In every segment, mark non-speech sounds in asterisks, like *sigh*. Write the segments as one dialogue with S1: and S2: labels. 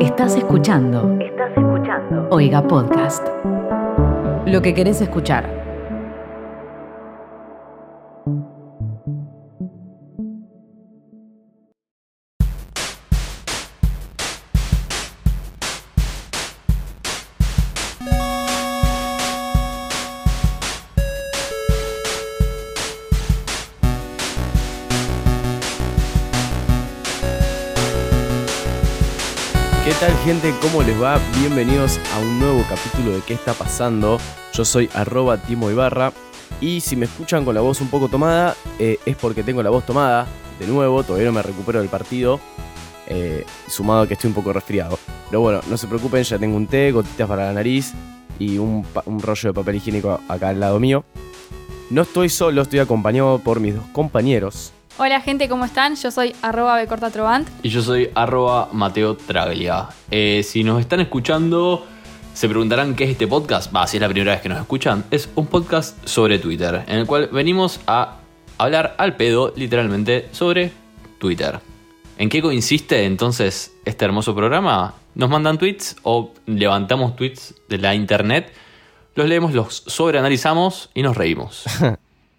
S1: Estás escuchando. Estás escuchando. Oiga Podcast. Lo que querés escuchar.
S2: ¿Qué tal gente? ¿Cómo les va? Bienvenidos a un nuevo capítulo de ¿Qué está pasando? Yo soy arroba Timo Ibarra y si me escuchan con la voz un poco tomada eh, es porque tengo la voz tomada de nuevo, todavía no me recupero del partido, eh, sumado a que estoy un poco resfriado. Pero bueno, no se preocupen, ya tengo un té, gotitas para la nariz y un, pa- un rollo de papel higiénico acá al lado mío. No estoy solo, estoy acompañado por mis dos compañeros.
S3: Hola gente, ¿cómo están? Yo soy arroba becortatrovant.
S4: Y yo soy arroba Mateo Traglia. Eh, si nos están escuchando, se preguntarán qué es este podcast. Va, si es la primera vez que nos escuchan, es un podcast sobre Twitter, en el cual venimos a hablar al pedo, literalmente, sobre Twitter. ¿En qué consiste entonces este hermoso programa? Nos mandan tweets o levantamos tweets de la internet, los leemos, los sobreanalizamos y
S3: *laughs*
S4: nos reímos.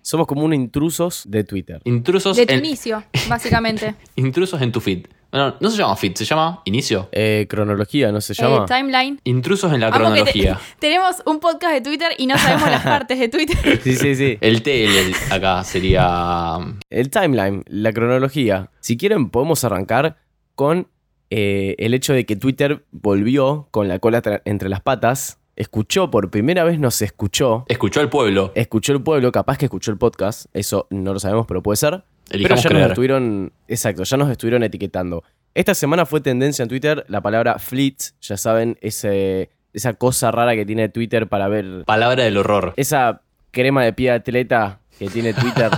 S2: Somos como unos intrusos de Twitter.
S4: Intrusos,
S3: De tu
S4: en,
S3: inicio,
S2: *laughs*
S3: básicamente. Eh,
S4: intrusos en tu feed. Bueno, no se llama feed, se llama inicio.
S2: Eh, cronología, ¿no se llama?
S3: Eh, timeline.
S4: Intrusos en la
S3: Amo que te-
S4: cronología.
S3: tenemos un podcast de Twitter y no
S2: *laughs*
S3: sabemos las partes de Twitter.
S2: Sí, sí, sí.
S4: El TL acá sería.
S2: El timeline, la cronología. Si quieren, podemos arrancar con eh, el hecho de que Twitter volvió con la cola tra- entre las patas, escuchó por primera vez, nos escuchó,
S4: Escuchó al pueblo.
S2: escuchó el pueblo, capaz que escuchó el podcast, eso no lo sabemos, pero puede ser. Pero
S4: Elijamos
S2: ya nos
S4: creer.
S2: estuvieron, exacto, ya nos estuvieron etiquetando. Esta semana fue tendencia en Twitter la palabra fleet, ya saben, ese, esa cosa rara que tiene Twitter para ver
S4: Palabra del horror.
S2: esa crema de pie de atleta que tiene Twitter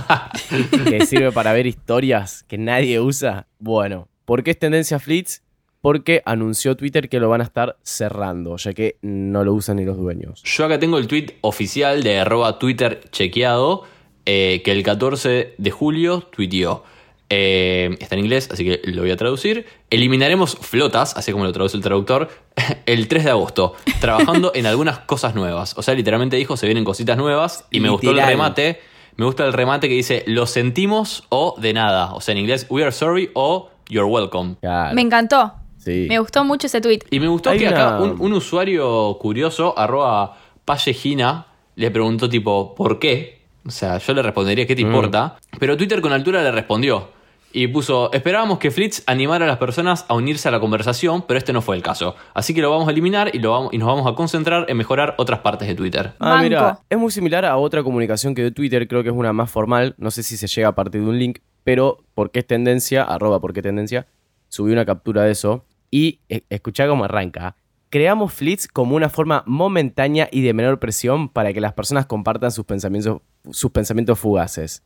S2: que sirve para ver historias que nadie usa. Bueno, ¿por qué es tendencia Flits? Porque anunció Twitter que lo van a estar cerrando, ya que no lo usan ni los dueños.
S4: Yo acá tengo el tweet oficial de arroba Twitter chequeado eh, que el 14 de julio tuiteó. Eh, está en inglés, así que lo voy a traducir. Eliminaremos flotas, así como lo traduce el traductor, *laughs* el 3 de agosto, trabajando en algunas cosas nuevas. O sea, literalmente dijo, se vienen cositas nuevas y me gustó el
S2: Literal.
S4: remate. Me gusta el remate que dice, lo sentimos o de nada. O sea, en inglés, we are sorry o you're welcome.
S2: Claro,
S3: Me encantó.
S2: sí.
S3: Me gustó mucho ese tweet.
S4: Y me gustó
S2: Hay
S4: que
S2: una-
S4: acá un, un usuario curioso, arroba pallejina, le preguntó tipo, ¿por qué? O sea, yo le respondería,
S2: Mm.
S4: ¿qué te importa? Pero Twitter con altura le respondió. Y puso, esperábamos que Fritz animara a las personas a unirse a la conversación, pero este no fue el caso. Así que lo vamos a eliminar y, lo vamos, y nos vamos a concentrar en mejorar otras partes de Twitter.
S2: Ah,
S3: Banco.
S2: mira, es muy similar a otra comunicación que dio Twitter, creo que es una más formal, no sé si se llega a partir de un link, pero porque es tendencia, arroba porque es tendencia, subí una captura de eso y e- escuchá cómo arranca. ¿ah? Creamos flits como una forma momentánea y de menor presión para que las personas compartan sus pensamientos, sus pensamientos fugaces.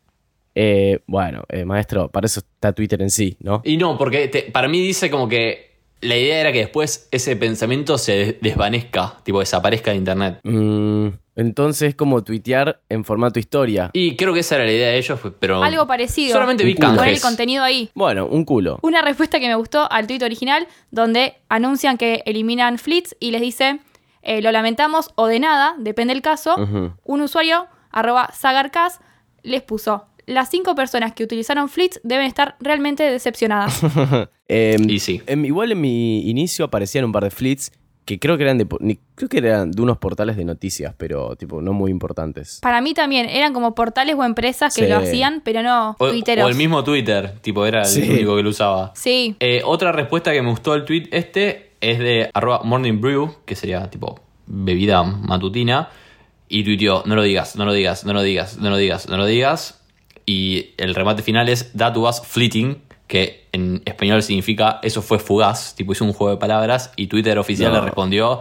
S2: Eh, bueno, eh, maestro, para eso está Twitter en sí, ¿no?
S4: Y no, porque te- para mí dice como que la idea era que después ese pensamiento se des- desvanezca, tipo desaparezca de internet.
S2: Mm, entonces, como tuitear en formato historia.
S4: Y creo que esa era la idea de ellos,
S2: Oh.
S4: pero...
S3: Algo parecido.
S4: Solamente vi
S2: Un culo.
S3: Poner el
S4: canjes.
S3: contenido ahí.
S2: Bueno, un culo.
S3: Una respuesta que me gustó al tweet original, donde anuncian que eliminan Flits y les dice, eh, lo lamentamos o de nada, depende del caso.
S2: Ujú.
S3: un usuario, arroba Zagarcas, les puso, las cinco personas que utilizaron Flits deben estar realmente decepcionadas.
S2: Em,
S4: Y sí.
S2: Em, igual en mi inicio aparecían un par de flits que creo que eran de po- ni- creo que eran de unos portales de noticias, pero tipo no muy importantes.
S3: Para mí también, eran como portales o empresas que
S2: Sí.
S3: lo hacían, pero no
S4: O,
S3: tuiteros.
S4: o el mismo Twitter, tipo, era el
S2: Sí.
S4: único que lo usaba.
S3: Sí,
S4: Eh, otra respuesta que me gustó el tweet este es de arroba morning brew, que sería tipo bebida matutina. Y tuiteó, no lo digas, no lo digas, no lo digas, no lo digas, no lo digas. Y el remate final es that was fleeting, que en español significa eso fue fugaz. Tipo, hizo un juego de palabras y Twitter oficial
S2: No.
S4: le respondió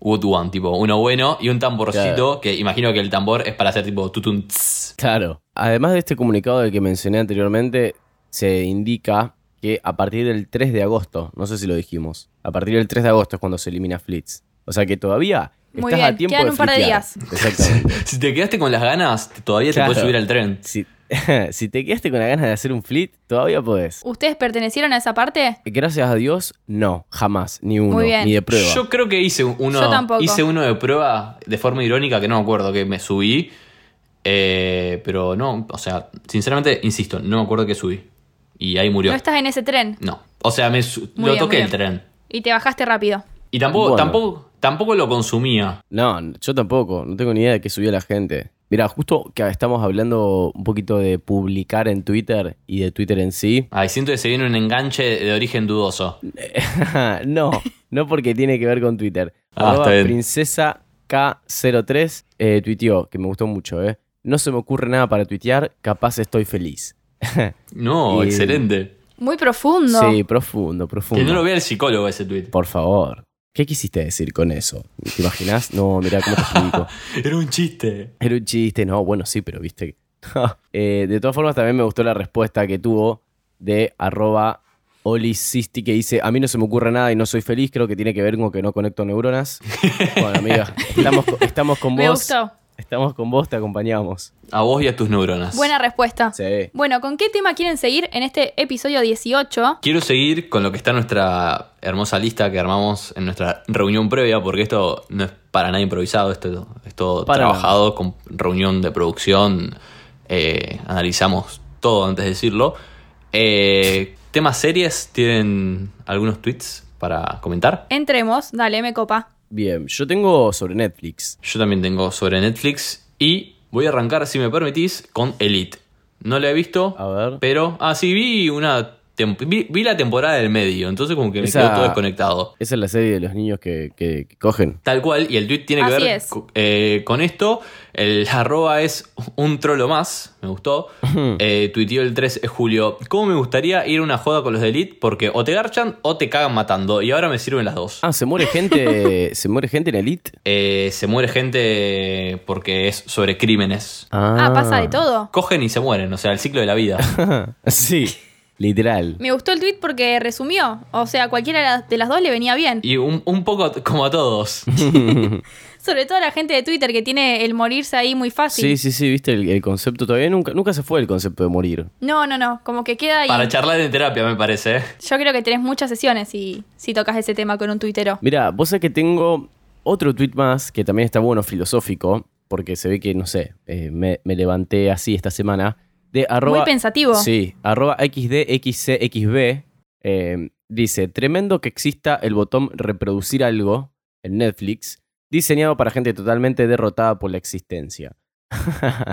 S4: good one, tipo, uno bueno y un tamborcito,
S2: Claro.
S4: que imagino que el tambor es para hacer tipo tutun tss.
S2: Claro. Además de este comunicado del que mencioné anteriormente, se indica que a partir del 3 de agosto, no sé si lo dijimos, a partir del 3 de agosto es cuando se elimina Flits. O sea que todavía
S3: Muy
S2: Estás
S3: bien,
S2: a tiempo
S3: quedan
S2: de
S3: un par de
S2: flirtear.
S3: días.
S2: Exactamente.
S4: Si te quedaste con las ganas, te- todavía
S2: Claro.
S4: te puedes subir al tren.
S2: si, *laughs* si te quedaste con la ganas de hacer un flit, todavía podés.
S3: ¿Ustedes pertenecieron a esa parte?
S2: Gracias a Dios, no, jamás, ni uno,
S3: Muy bien.
S2: ni de prueba.
S4: Yo creo que hice uno,
S3: Yo tampoco.
S4: hice uno de prueba de forma irónica que no me acuerdo que me subí. eh, pero no, o sea, sinceramente, insisto, no me acuerdo que subí. Y ahí murió.
S3: No
S4: No.
S3: estás en ese tren
S4: O sea, me su-
S3: Muy
S4: lo
S3: bien,
S4: toqué
S3: muy
S4: el
S3: bien.
S4: tren.
S3: y te bajaste rápido.
S4: Y tampoco,
S2: Bueno.
S4: tampoco, tampoco lo consumía.
S2: No, yo tampoco, no tengo ni idea de qué subió la gente. Mira, justo que estamos hablando un poquito de publicar en Twitter y de Twitter en sí. *laughs*
S4: Ay, siento que se viene un enganche de origen dudoso.
S2: no, no porque tiene que ver con Twitter.
S4: Ah,
S2: Arroba
S4: está bien.
S2: Princesa K03 eh, tuiteó, que me gustó mucho, ¿eh? No se me ocurre nada para tuitear, capaz estoy feliz.
S4: No,
S2: Y-
S4: excelente.
S3: Muy profundo.
S2: Sí, profundo, profundo.
S4: Que no lo vea el psicólogo ese tweet.
S2: Por favor. ¿Qué quisiste decir con eso? ¿Te imaginas? No, mira cómo te explico.
S4: Era un chiste.
S2: Era un chiste, no, bueno, sí, pero viste. que- *laughs* Eh, de todas formas, también me gustó la respuesta que tuvo de arroba olicisti que dice, a mí no se me ocurre nada y no soy feliz, creo que tiene que ver con que no conecto neuronas. bueno, amiga, estamos, co- estamos con
S3: *laughs* Me
S2: vos.
S3: gustó.
S2: Estamos con vos, te acompañamos.
S4: A vos y a tus neuronas.
S3: Buena respuesta.
S2: Sí.
S3: Bueno, ¿con qué tema quieren seguir en este episodio 18?
S4: Quiero seguir con lo que está en nuestra hermosa lista que armamos en nuestra reunión previa, porque esto no es para nada improvisado, esto es todo
S2: Para nada.
S4: trabajado con reunión de producción, eh, analizamos todo antes de decirlo. Eh, temas series, ¿tienen algunos tweets para comentar?
S3: Entremos, dale, me copa.
S2: Bien, yo tengo sobre Netflix.
S4: Yo también tengo sobre Netflix y voy a arrancar, si me permitís, con Elite. No la he visto,
S2: A ver.
S4: pero... Ah, sí, vi una... tem- Vi, vi la temporada del medio, entonces como que me
S2: Esa-
S4: quedó todo desconectado.
S2: Esa es la serie de los niños que, que- que cogen.
S4: Tal cual, y el tweet tiene que
S3: Así
S4: ver
S3: es.
S4: co- eh, con esto. El arroba es un trolo más, me gustó. Eh, tuiteó el 3 de julio. ¿Cómo me gustaría ir a una joda con los de Elite? Porque o te garchan o te cagan matando. Y ahora me sirven las dos.
S2: Ah, se muere
S3: *laughs*
S2: gente. se muere gente en Elite.
S4: Eh, se muere gente porque es sobre crímenes.
S3: Ah, pasa de todo.
S4: Cogen y se mueren, o sea, el ciclo de la vida.
S2: *laughs* sí, literal.
S3: Me gustó el tweet porque resumió. O sea, cualquiera de las- de las dos le venía bien.
S4: Y un, un poco t- como a todos.
S3: Sobre todo la gente de Twitter que tiene el morirse ahí muy fácil.
S2: Sí, sí, sí, viste el, el concepto. Todavía nunca, nunca se fue el concepto de morir.
S3: No, no, no. Como que queda ahí.
S4: Para charlar en terapia, me parece. ¿eh?
S3: Yo creo que tenés muchas sesiones si, si tocas ese tema con un tuitero.
S2: Mira, vos sabés que tengo otro tweet más que también está bueno, filosófico, porque se ve que, no sé, eh, me, me levanté así esta semana. De arroba,
S3: muy pensativo.
S2: Sí, arroba XDXCXB. eh, dice: Tremendo que exista el botón reproducir algo en Netflix, diseñado para gente totalmente derrotada por la existencia. *laughs*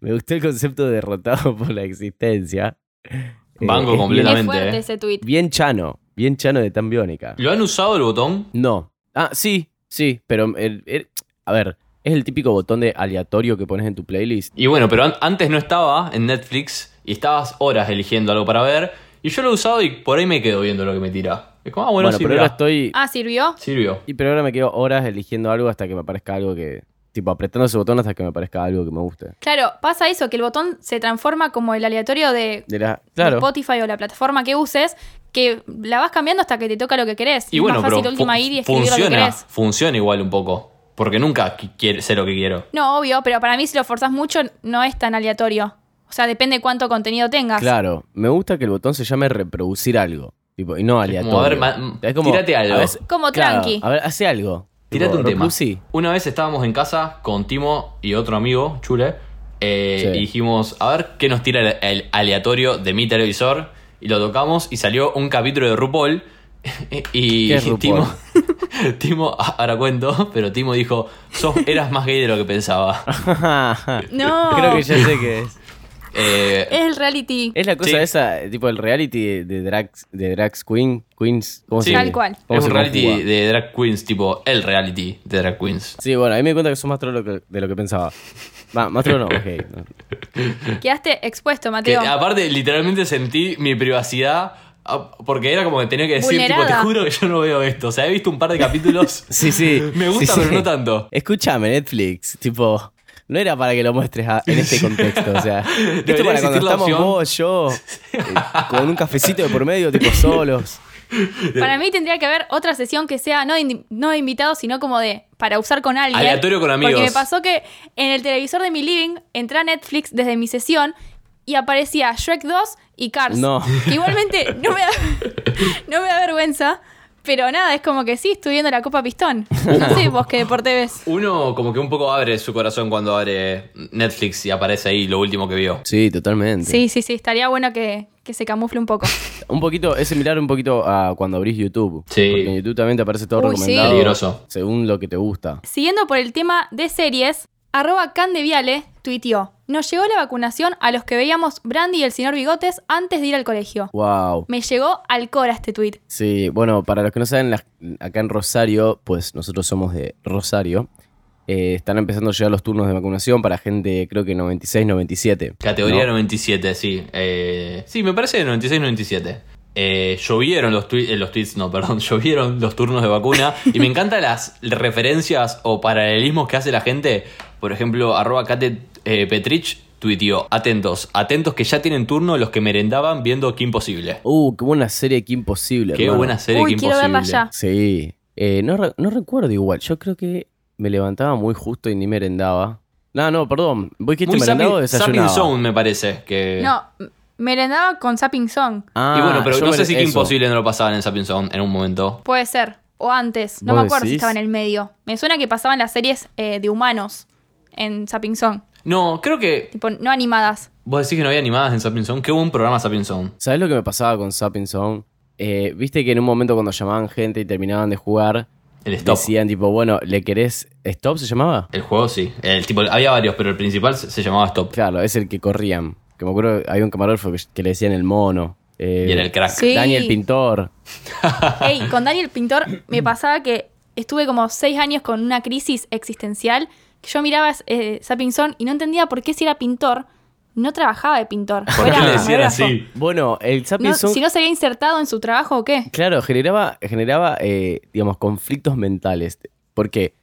S2: Me gustó el concepto de derrotado por la existencia.
S4: Banco
S2: es
S4: completo.
S3: Qué
S4: completamente,
S3: fuerte
S4: eh.
S3: ese tweet.
S2: Bien, bien chano, bien chano de tan biónica.
S4: ¿Lo han usado el botón?
S2: No. Ah, sí, sí, pero. el- el- a ver, es el típico botón de aleatorio que pones en tu playlist.
S4: Y bueno, pero an- antes no estaba en Netflix y estabas horas eligiendo algo para ver. Y yo lo he usado y por ahí me quedo viendo lo que me tira. Es como, ah, bueno,
S2: Bueno,
S4: sí,
S2: pero
S4: mirá.
S2: ahora estoy.
S3: Ah, ¿sirvió?
S4: Sirvió.
S2: Y pero ahora me quedo horas eligiendo algo hasta que me aparezca algo que. Tipo, apretando ese botón hasta que me aparezca algo que me guste.
S3: Claro, pasa eso, que el botón se transforma como el aleatorio de,
S2: De la- claro.
S3: de Spotify o la plataforma que uses, que la vas cambiando hasta que te toca lo que querés.
S4: Y
S3: es
S4: bueno,
S3: más fácil
S4: pero
S3: última
S4: fu-
S3: ir y escribir lo que
S4: funciona,
S3: querés.
S4: funciona igual un poco. Porque nunca qui- quiero- sé lo que quiero.
S3: No, obvio, pero para mí si lo forzás mucho no es tan aleatorio. O sea, depende cuánto contenido tengas.
S2: Claro. Me gusta que el botón se llame reproducir algo. Tipo, y no aleatorio.
S4: como, a ver, ma-
S2: Es como-
S4: tírate algo.
S2: a veces-
S3: Como
S2: claro,
S3: tranqui.
S2: A ver, hace algo.
S4: Tírate
S2: Tipo,
S4: un tema. *laughs*
S2: reproducí.
S4: Una vez estábamos en casa con Timo y otro amigo, Chule, eh,
S2: Sí.
S4: y dijimos, a ver qué nos tira el, el aleatorio de mi televisor. Y lo tocamos y salió un capítulo de RuPaul. *laughs* Y
S2: ¿Qué es RuPaul?
S4: Timo, *laughs* Timo, ahora cuento, pero Timo dijo, "Sos- eras más gay de lo
S2: *laughs*
S4: que pensaba.
S3: No.
S2: Creo que ya sé qué es.
S4: Eh,
S3: Es el reality.
S2: Es la cosa
S4: Sí.
S2: esa, tipo el reality de, de drag, de drags queen, queens, ¿cómo
S4: Sí.
S2: se
S4: Tal
S3: cual.
S2: cómo
S4: es
S2: se
S4: un reality
S2: conjuga?
S4: de drag queens, tipo el reality de drag queens.
S2: Sí, bueno, ahí me di cuenta que son más trolo que- de lo que pensaba. Va, más trolo no, ok. no.
S3: Quedaste expuesto,
S4: Que
S3: Mateo.
S4: aparte, literalmente sentí mi privacidad ah, porque era como que tenía que decir, tipo, te
S3: Vulnerada.
S4: juro que yo no veo esto. O sea, he visto un par de capítulos.
S2: *laughs* Sí, sí.
S4: Me gusta,
S2: Sí,
S4: pero
S2: sí.
S4: no tanto.
S2: Escúchame, Netflix, tipo, no era para que lo muestres a- en este contexto, o
S4: *laughs*
S2: sea, esto
S4: Debería
S2: para cuando
S4: existir la
S2: estamos
S4: opción.
S2: vos, yo, eh, con un cafecito de por medio,
S4: *laughs*
S2: tipo solos.
S3: Para mí tendría que haber otra sesión que sea no, de indi- no de invitados, sino como de para usar con alguien.
S4: Aleatorio con amigos.
S3: Porque me pasó que en el televisor de mi living entré a Netflix desde mi sesión y aparecía Shrek 2 y Cars.
S2: No.
S3: Que igualmente no me, da, *laughs* no me da vergüenza. Pero nada, es como que sí, estoy viendo la Copa Pistón. No sé vos qué deporte ves.
S4: Uno como que un poco abre su corazón cuando abre Netflix y aparece ahí lo último que vio.
S2: Sí, totalmente.
S3: Sí, sí, sí, estaría bueno que, que se camufle un poco.
S2: Un poquito, es similar un poquito a cuando abrís YouTube.
S4: Sí.
S2: Porque en YouTube también te aparece todo
S3: Uy,
S2: recomendado.
S3: sí.
S4: Peligroso.
S2: Según lo que te gusta.
S3: Siguiendo por el tema de series, arroba Candeviale tuiteó, nos llegó la vacunación a los que veíamos Brandy y el señor Bigotes antes de ir al colegio.
S2: Wow.
S3: Me llegó al cora este tuit.
S2: Sí, bueno, para los que no saben, las- acá en Rosario, pues nosotros somos de Rosario. eh, están empezando a llegar los turnos de vacunación para gente, creo que 96, 97.
S4: Categoría
S2: ¿no?
S4: 97, sí. Eh, sí, me parece 96-97. Eh, llovieron los, tui- eh, los tweets, no, *laughs* perdón, llovieron los turnos de vacuna. y me encantan las referencias o paralelismos que hace la gente. Por ejemplo, arroba Kate eh, Petrich tuiteó, atentos, atentos que ya tienen turno los que merendaban viendo Kim Posible.
S2: Uh, qué buena serie, qué imposible.
S4: Qué
S2: hermano.
S4: buena serie,
S3: Uy,
S4: Kim
S3: quiero verla
S4: Possible.
S3: ya.
S2: Sí. Eh, no, re- no recuerdo igual. Yo creo que me levantaba muy justo y ni merendaba. No, no, perdón. ¿Vos dijiste
S4: Muy
S2: merendaba o
S4: Zapping- Zapping
S2: desayunaba?
S4: Zone, me parece. Que...
S3: No, m- merendaba con Sapping Song.
S2: Ah,
S4: y bueno, pero
S2: yo
S4: no
S2: mere-
S4: sé si Kim
S2: eso.
S4: Possible no lo pasaban en Zapping Zone en un momento.
S3: Puede ser. O antes. No
S2: ¿Vos
S3: me acuerdo si
S2: decís?
S3: estaba en el medio. Me suena que pasaban las series eh, de humanos en Sapping Song.
S4: No, creo que
S3: Tipo, no animadas.
S4: Vos decís que no había animadas en Sapin Zone. ¿Qué hubo un programa Sapin Zone?
S2: ¿Sabes lo que me pasaba con Zapping Zone? Eh, Viste que en un momento cuando llamaban gente y terminaban de jugar,
S4: El Stop.
S2: decían tipo, bueno, ¿le querés Stop se llamaba?
S4: El juego sí. El tipo, había varios, pero el principal se se llamaba Stop.
S2: Claro, es el que corrían. Que me acuerdo, había un camarógrafo que, que le decían el mono. eh,
S4: Y era el crack.
S3: Sí.
S2: Daniel Pintor.
S3: Ey, con Daniel Pintor me pasaba que estuve como seis años con una crisis existencial. Que yo miraba eh, Sapping Song y no entendía por qué si era pintor, no trabajaba de pintor.
S4: ¿Por
S3: Era
S4: qué le decían
S3: camarógrafo.
S4: así?
S2: Bueno, el Zapping
S3: No,
S2: Zone-
S3: Si no se había insertado en su trabajo o
S4: *laughs*
S3: qué.
S2: Claro, generaba, generaba eh, digamos, conflictos mentales. ¿Por qué?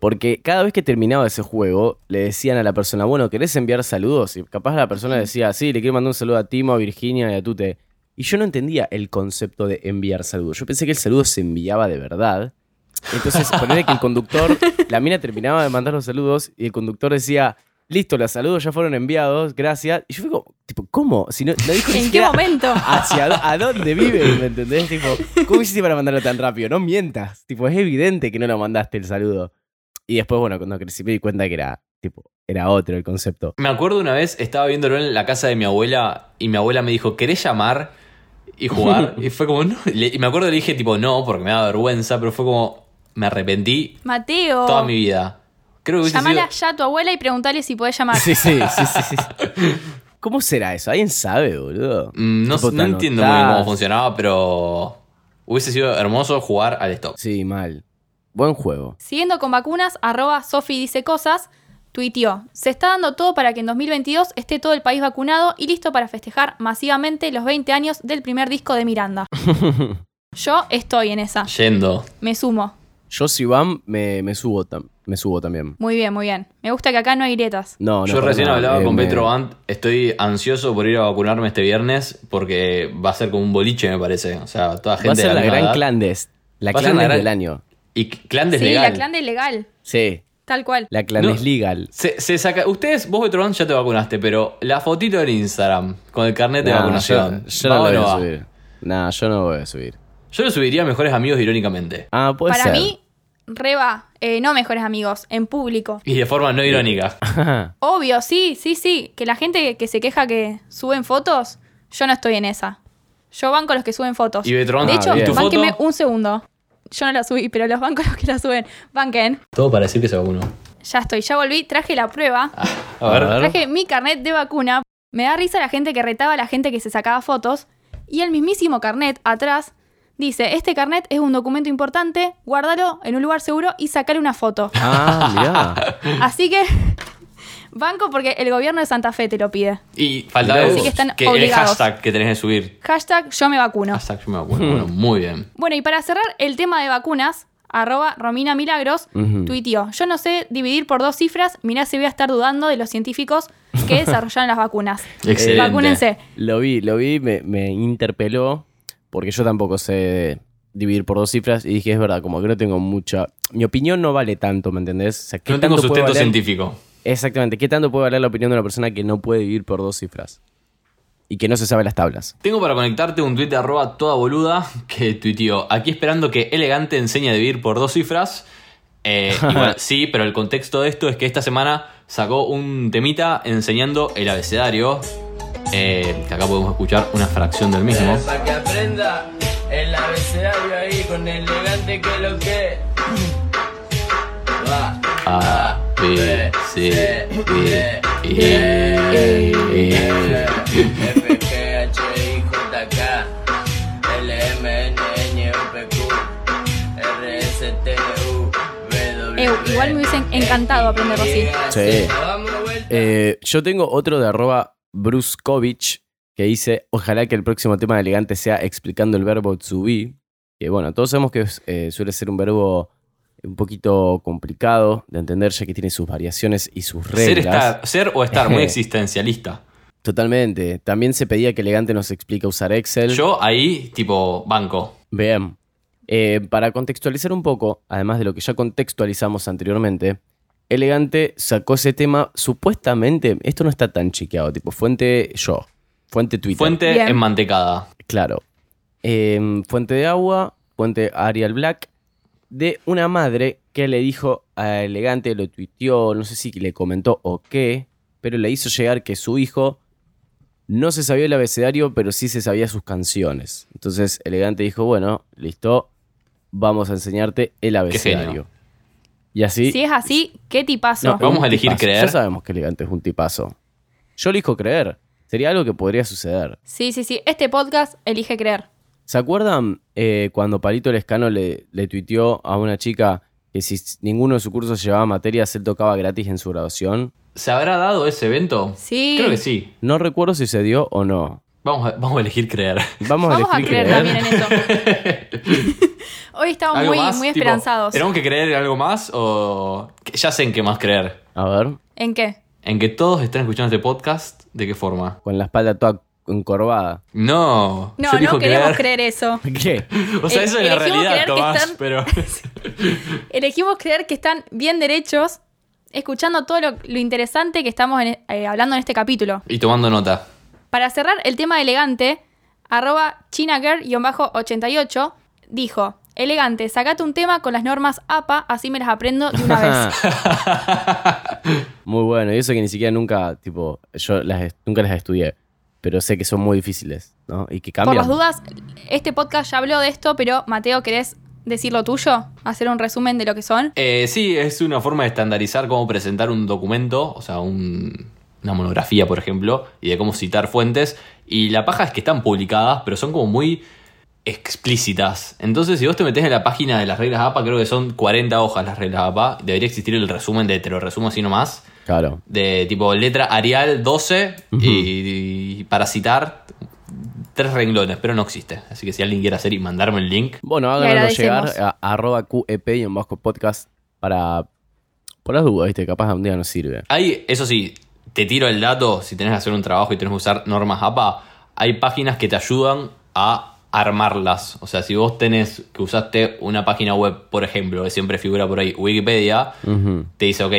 S2: Porque cada vez que terminaba ese juego, le decían a la persona, bueno, ¿querés enviar saludos? Y capaz la persona decía, sí, le quiero mandar un saludo a Timo, a Virginia y a Tute. Y yo no entendía el concepto de enviar saludos. Yo pensé que el saludo se enviaba de verdad. Entonces, ponerle que el
S3: *laughs*
S2: conductor, la mina terminaba de mandar los saludos y el conductor decía, listo, los saludos ya fueron enviados, gracias. Y yo fui como, tipo, ¿cómo? Si no, no dijo ni
S3: ¿En qué
S2: siquiera-
S3: momento?
S2: hacia dó- a dónde vive, ¿me entendés? Tipo, ¿cómo hiciste para mandarlo tan rápido? No mientas. Tipo, es evidente que no lo mandaste el saludo. Y después, bueno, cuando crecí me di cuenta que era, tipo, era otro el concepto.
S4: Me acuerdo una vez, estaba viéndolo en la casa de mi abuela y mi abuela me dijo, ¿querés llamar
S2: *laughs*
S4: y jugar? y fue como, no. Y le- y me acuerdo que le dije, tipo, no, porque me da vergüenza, pero fue como, me arrepentí
S3: Mateo.
S4: toda mi vida. Creo que hubiese
S3: Llamala
S4: sido-
S3: ya a tu abuela y preguntale si podés llamar.
S2: Sí, sí, sí, sí, sí. ¿Cómo será eso? ¿Alguien sabe, boludo?
S4: Mm, No,
S2: Tipo, te
S4: no entiendo muy bien
S2: anotás.
S4: cómo funcionaba, pero hubiese sido hermoso jugar al Stop.
S2: Sí, mal. Buen
S4: *laughs*
S2: juego.
S3: Siguiendo con vacunas, arroba Sofi dice cosas, tuiteó, se está dando todo para que en 2022 esté todo el país vacunado y listo para festejar masivamente los 20 años del primer disco de Miranda. Yo estoy en esa,
S4: Yendo.
S3: me sumo.
S2: Yo, si van, me, me subo, tam- me subo también.
S3: Muy bien, muy bien. Me gusta que acá no hay grietas.
S2: No, no,
S4: Yo
S2: para
S4: recién
S2: nada.
S4: hablaba
S2: Eh,
S4: con
S2: me-
S4: Petro Ant, estoy ansioso por ir a vacunarme este viernes porque va a ser como un boliche, me parece. O sea, toda
S2: Va a
S4: gente de
S2: ser la
S4: misma
S2: gran
S4: edad.
S2: clandes. La
S4: Va a ser la
S2: clandes
S4: gran-
S2: del año.
S4: Y clandes
S3: sí,
S4: legal.
S3: la clan de legal,
S2: Sí,
S3: tal cual.
S2: la clandes
S4: No.
S2: legal.
S4: Se, se saca. Ustedes, vos Petro Ant ya te vacunaste, pero la fotito en Instagram con el carnet de
S2: Nah,
S4: vacunación.
S2: Yo, yo no
S4: ¿Va o
S2: lo voy
S4: no
S2: a
S4: va?
S2: subir. Nah, yo no voy a subir.
S4: Yo lo subiría a mejores amigos irónicamente.
S2: Ah, puede
S3: Para
S2: ser.
S3: mí, reba, eh, no mejores amigos, en público.
S4: Y de forma no irónica.
S3: Obvio, sí, sí, sí. Que la gente que se queja que suben fotos, yo no estoy en esa. Yo banco los que suben fotos.
S4: Y Betrón,
S3: de
S2: ah,
S3: hecho,
S2: bien. ¿Y tu
S3: bánquenme
S4: foto?
S3: un segundo. Yo no la subí, pero los bancos los que la suben. Banquen.
S4: Todo para decir que se vacunó.
S3: Ya estoy, ya volví, traje la prueba.
S4: A ver.
S2: A ver.
S3: Traje mi carnet de vacuna. Me da risa la gente que retaba a la gente que se sacaba fotos. Y el mismísimo carnet atrás dice: Este carnet es un documento importante, guárdalo en un lugar seguro y sacale una foto.
S2: *laughs* ah, mirá.
S3: Así que *laughs* banco porque el gobierno de Santa Fe te lo pide.
S4: Y faltaba
S2: Así
S4: vos,
S2: que
S3: están
S4: que el
S3: obligados.
S4: hashtag que tenés que subir.
S3: Hashtag yo me vacuno.
S4: Hashtag yo me vacuno. Bueno, muy bien.
S3: Bueno, y para cerrar el tema de vacunas, arroba Romina Milagros
S2: Ujú.
S3: tuiteó, yo no sé dividir por dos cifras, mirá si voy a estar dudando de los científicos que desarrollaron las vacunas.
S4: Excelente.
S3: Vacúnense.
S2: Lo vi, lo vi, me, me interpeló. Porque yo tampoco sé dividir por dos cifras y dije, es verdad, como que no tengo mucha... Mi opinión no vale tanto, ¿me entendés? O sea, ¿qué
S4: No tengo
S2: tanto puede
S4: sustento
S2: valer-
S4: científico.
S2: Exactamente, ¿qué tanto puede valer la opinión de una persona que no puede vivir por dos cifras? Y que no se sabe las tablas.
S4: Tengo para conectarte un tuit de arroba toda boluda que tuiteó. Aquí esperando que elegante enseñe a vivir por dos cifras. Eh, igual, sí, pero el contexto de esto es que esta semana sacó un temita enseñando el abecedario. eh, que acá podemos escuchar una fracción del mismo.
S5: Para que aprenda el abecedario ahí con el elegante que lo que. Va.
S4: A, B, C, D, E, E.
S5: F, G, H, I, J, K. L, M, N, Ñ, O, P, Q. R, S, T, U. V, W.
S3: Eu, Eh, igual me hubiesen encantado aprenderlo así.
S2: Sí.
S5: Vamos, vuelta.
S2: Eh, yo tengo otro de arroba Bruskovich que dice, ojalá que el próximo tema de elegante sea explicando el verbo subí. Que bueno, todos sabemos que es, eh, suele ser un verbo un poquito complicado de entender ya que tiene sus variaciones y sus reglas.
S4: Ser, estar, ser o estar, muy existencialista.
S2: Totalmente. También se pedía que elegante nos explica usar Excel.
S4: Yo ahí, tipo, banco.
S2: Bien. Eh, para contextualizar un poco, además de lo que ya contextualizamos anteriormente, Elegante sacó ese tema supuestamente, esto no está tan chiqueado, tipo fuente yo, fuente Twitter.
S4: Fuente
S3: Bien.
S4: en mantecada.
S2: Claro. Eh, fuente de agua, fuente Arial Black, de una madre que le dijo a Elegante, lo tuiteó, no sé si le comentó o qué, pero le hizo llegar que su hijo no se sabía el abecedario, pero sí se sabía sus canciones. Entonces Elegante dijo, bueno, listo, vamos a enseñarte el abecedario. Y así...
S3: Si es así, qué tipazo.
S2: No,
S4: Vamos
S2: un
S4: a elegir
S2: tipazo.
S4: creer.
S2: Ya sabemos que Elegante es un tipazo. Yo elijo creer. Sería algo que podría suceder.
S3: Sí, sí, sí. Este podcast elige creer.
S2: ¿Se acuerdan eh, cuando Palito Lescano le, le tuiteó a una chica que si s- ninguno de sus cursos llevaba materias, él tocaba gratis en su graduación?
S4: ¿Se habrá dado ese evento?
S3: Sí.
S4: Creo que sí.
S2: No recuerdo si se dio o no.
S4: Vamos a, vamos a elegir creer.
S2: Vamos,
S3: Vamos a
S2: elegir
S3: creer también en eso.
S4: *laughs*
S3: Hoy estamos
S4: ¿Algo
S3: muy,
S4: más?
S3: muy
S4: Tipo,
S3: esperanzados.
S4: ¿Tenemos que creer en algo más o que- ya sé en qué más creer?
S2: A ver,
S3: ¿En qué?
S4: ¿En que todos están escuchando este podcast? ¿De qué forma?
S2: con la espalda toda encorvada.
S4: No.
S3: No,
S4: yo elijo
S3: no queremos creer eso.
S2: ¿Qué?
S4: *laughs* O sea,
S3: Eh,
S4: eso es la
S3: elegimos
S4: realidad,
S3: creer que
S4: Tomás,
S3: están- *laughs*
S4: pero...
S3: Elegimos creer que están bien derechos, escuchando todo lo, lo interesante que estamos en- eh, hablando en este capítulo.
S4: *laughs* y tomando nota.
S3: Para cerrar el tema de elegante, arroba chinagirl-88 dijo, elegante, sacate un tema con las normas APA, así me las aprendo
S2: *laughs*
S3: de una vez.
S2: Muy bueno, y eso que ni siquiera nunca, tipo, yo las, est- nunca las estudié, pero sé que son muy difíciles, ¿no? Y que
S3: Por
S2: cambian.
S3: las dudas, este podcast ya habló de esto, pero Mateo, ¿querés decir lo tuyo? ¿Hacer un resumen de lo que son?
S4: Eh, sí, es una forma de estandarizar cómo presentar un documento, o sea, un- una monografía, por ejemplo, y de cómo citar fuentes. Y la paja es que están publicadas, pero son como muy explícitas. Entonces, si vos te metés en la página de las reglas APA, creo que son 40 hojas las reglas APA, debería existir el resumen de, te lo resumo así nomás,
S2: Claro.
S4: de tipo letra Arial 12 y-
S2: Ujú.
S4: y, para citar tres renglones, pero no existe. Así que si alguien quiere hacer y mandarme el link,
S2: Bueno,
S3: Le
S2: háganlo llegar
S3: agradecemos.
S2: a arroba QEP y en Vasco Podcast para. Por las dudas, ¿viste? Capaz un día nos sirve.
S4: Hay, eso sí, te tiro el dato, si tenés que hacer un trabajo y tenés que usar normas APA, hay páginas que te ayudan a armarlas. O sea, si vos tenés que usaste una página web, por ejemplo, que siempre figura por ahí Wikipedia,
S2: Ujú.
S4: te dice, ok,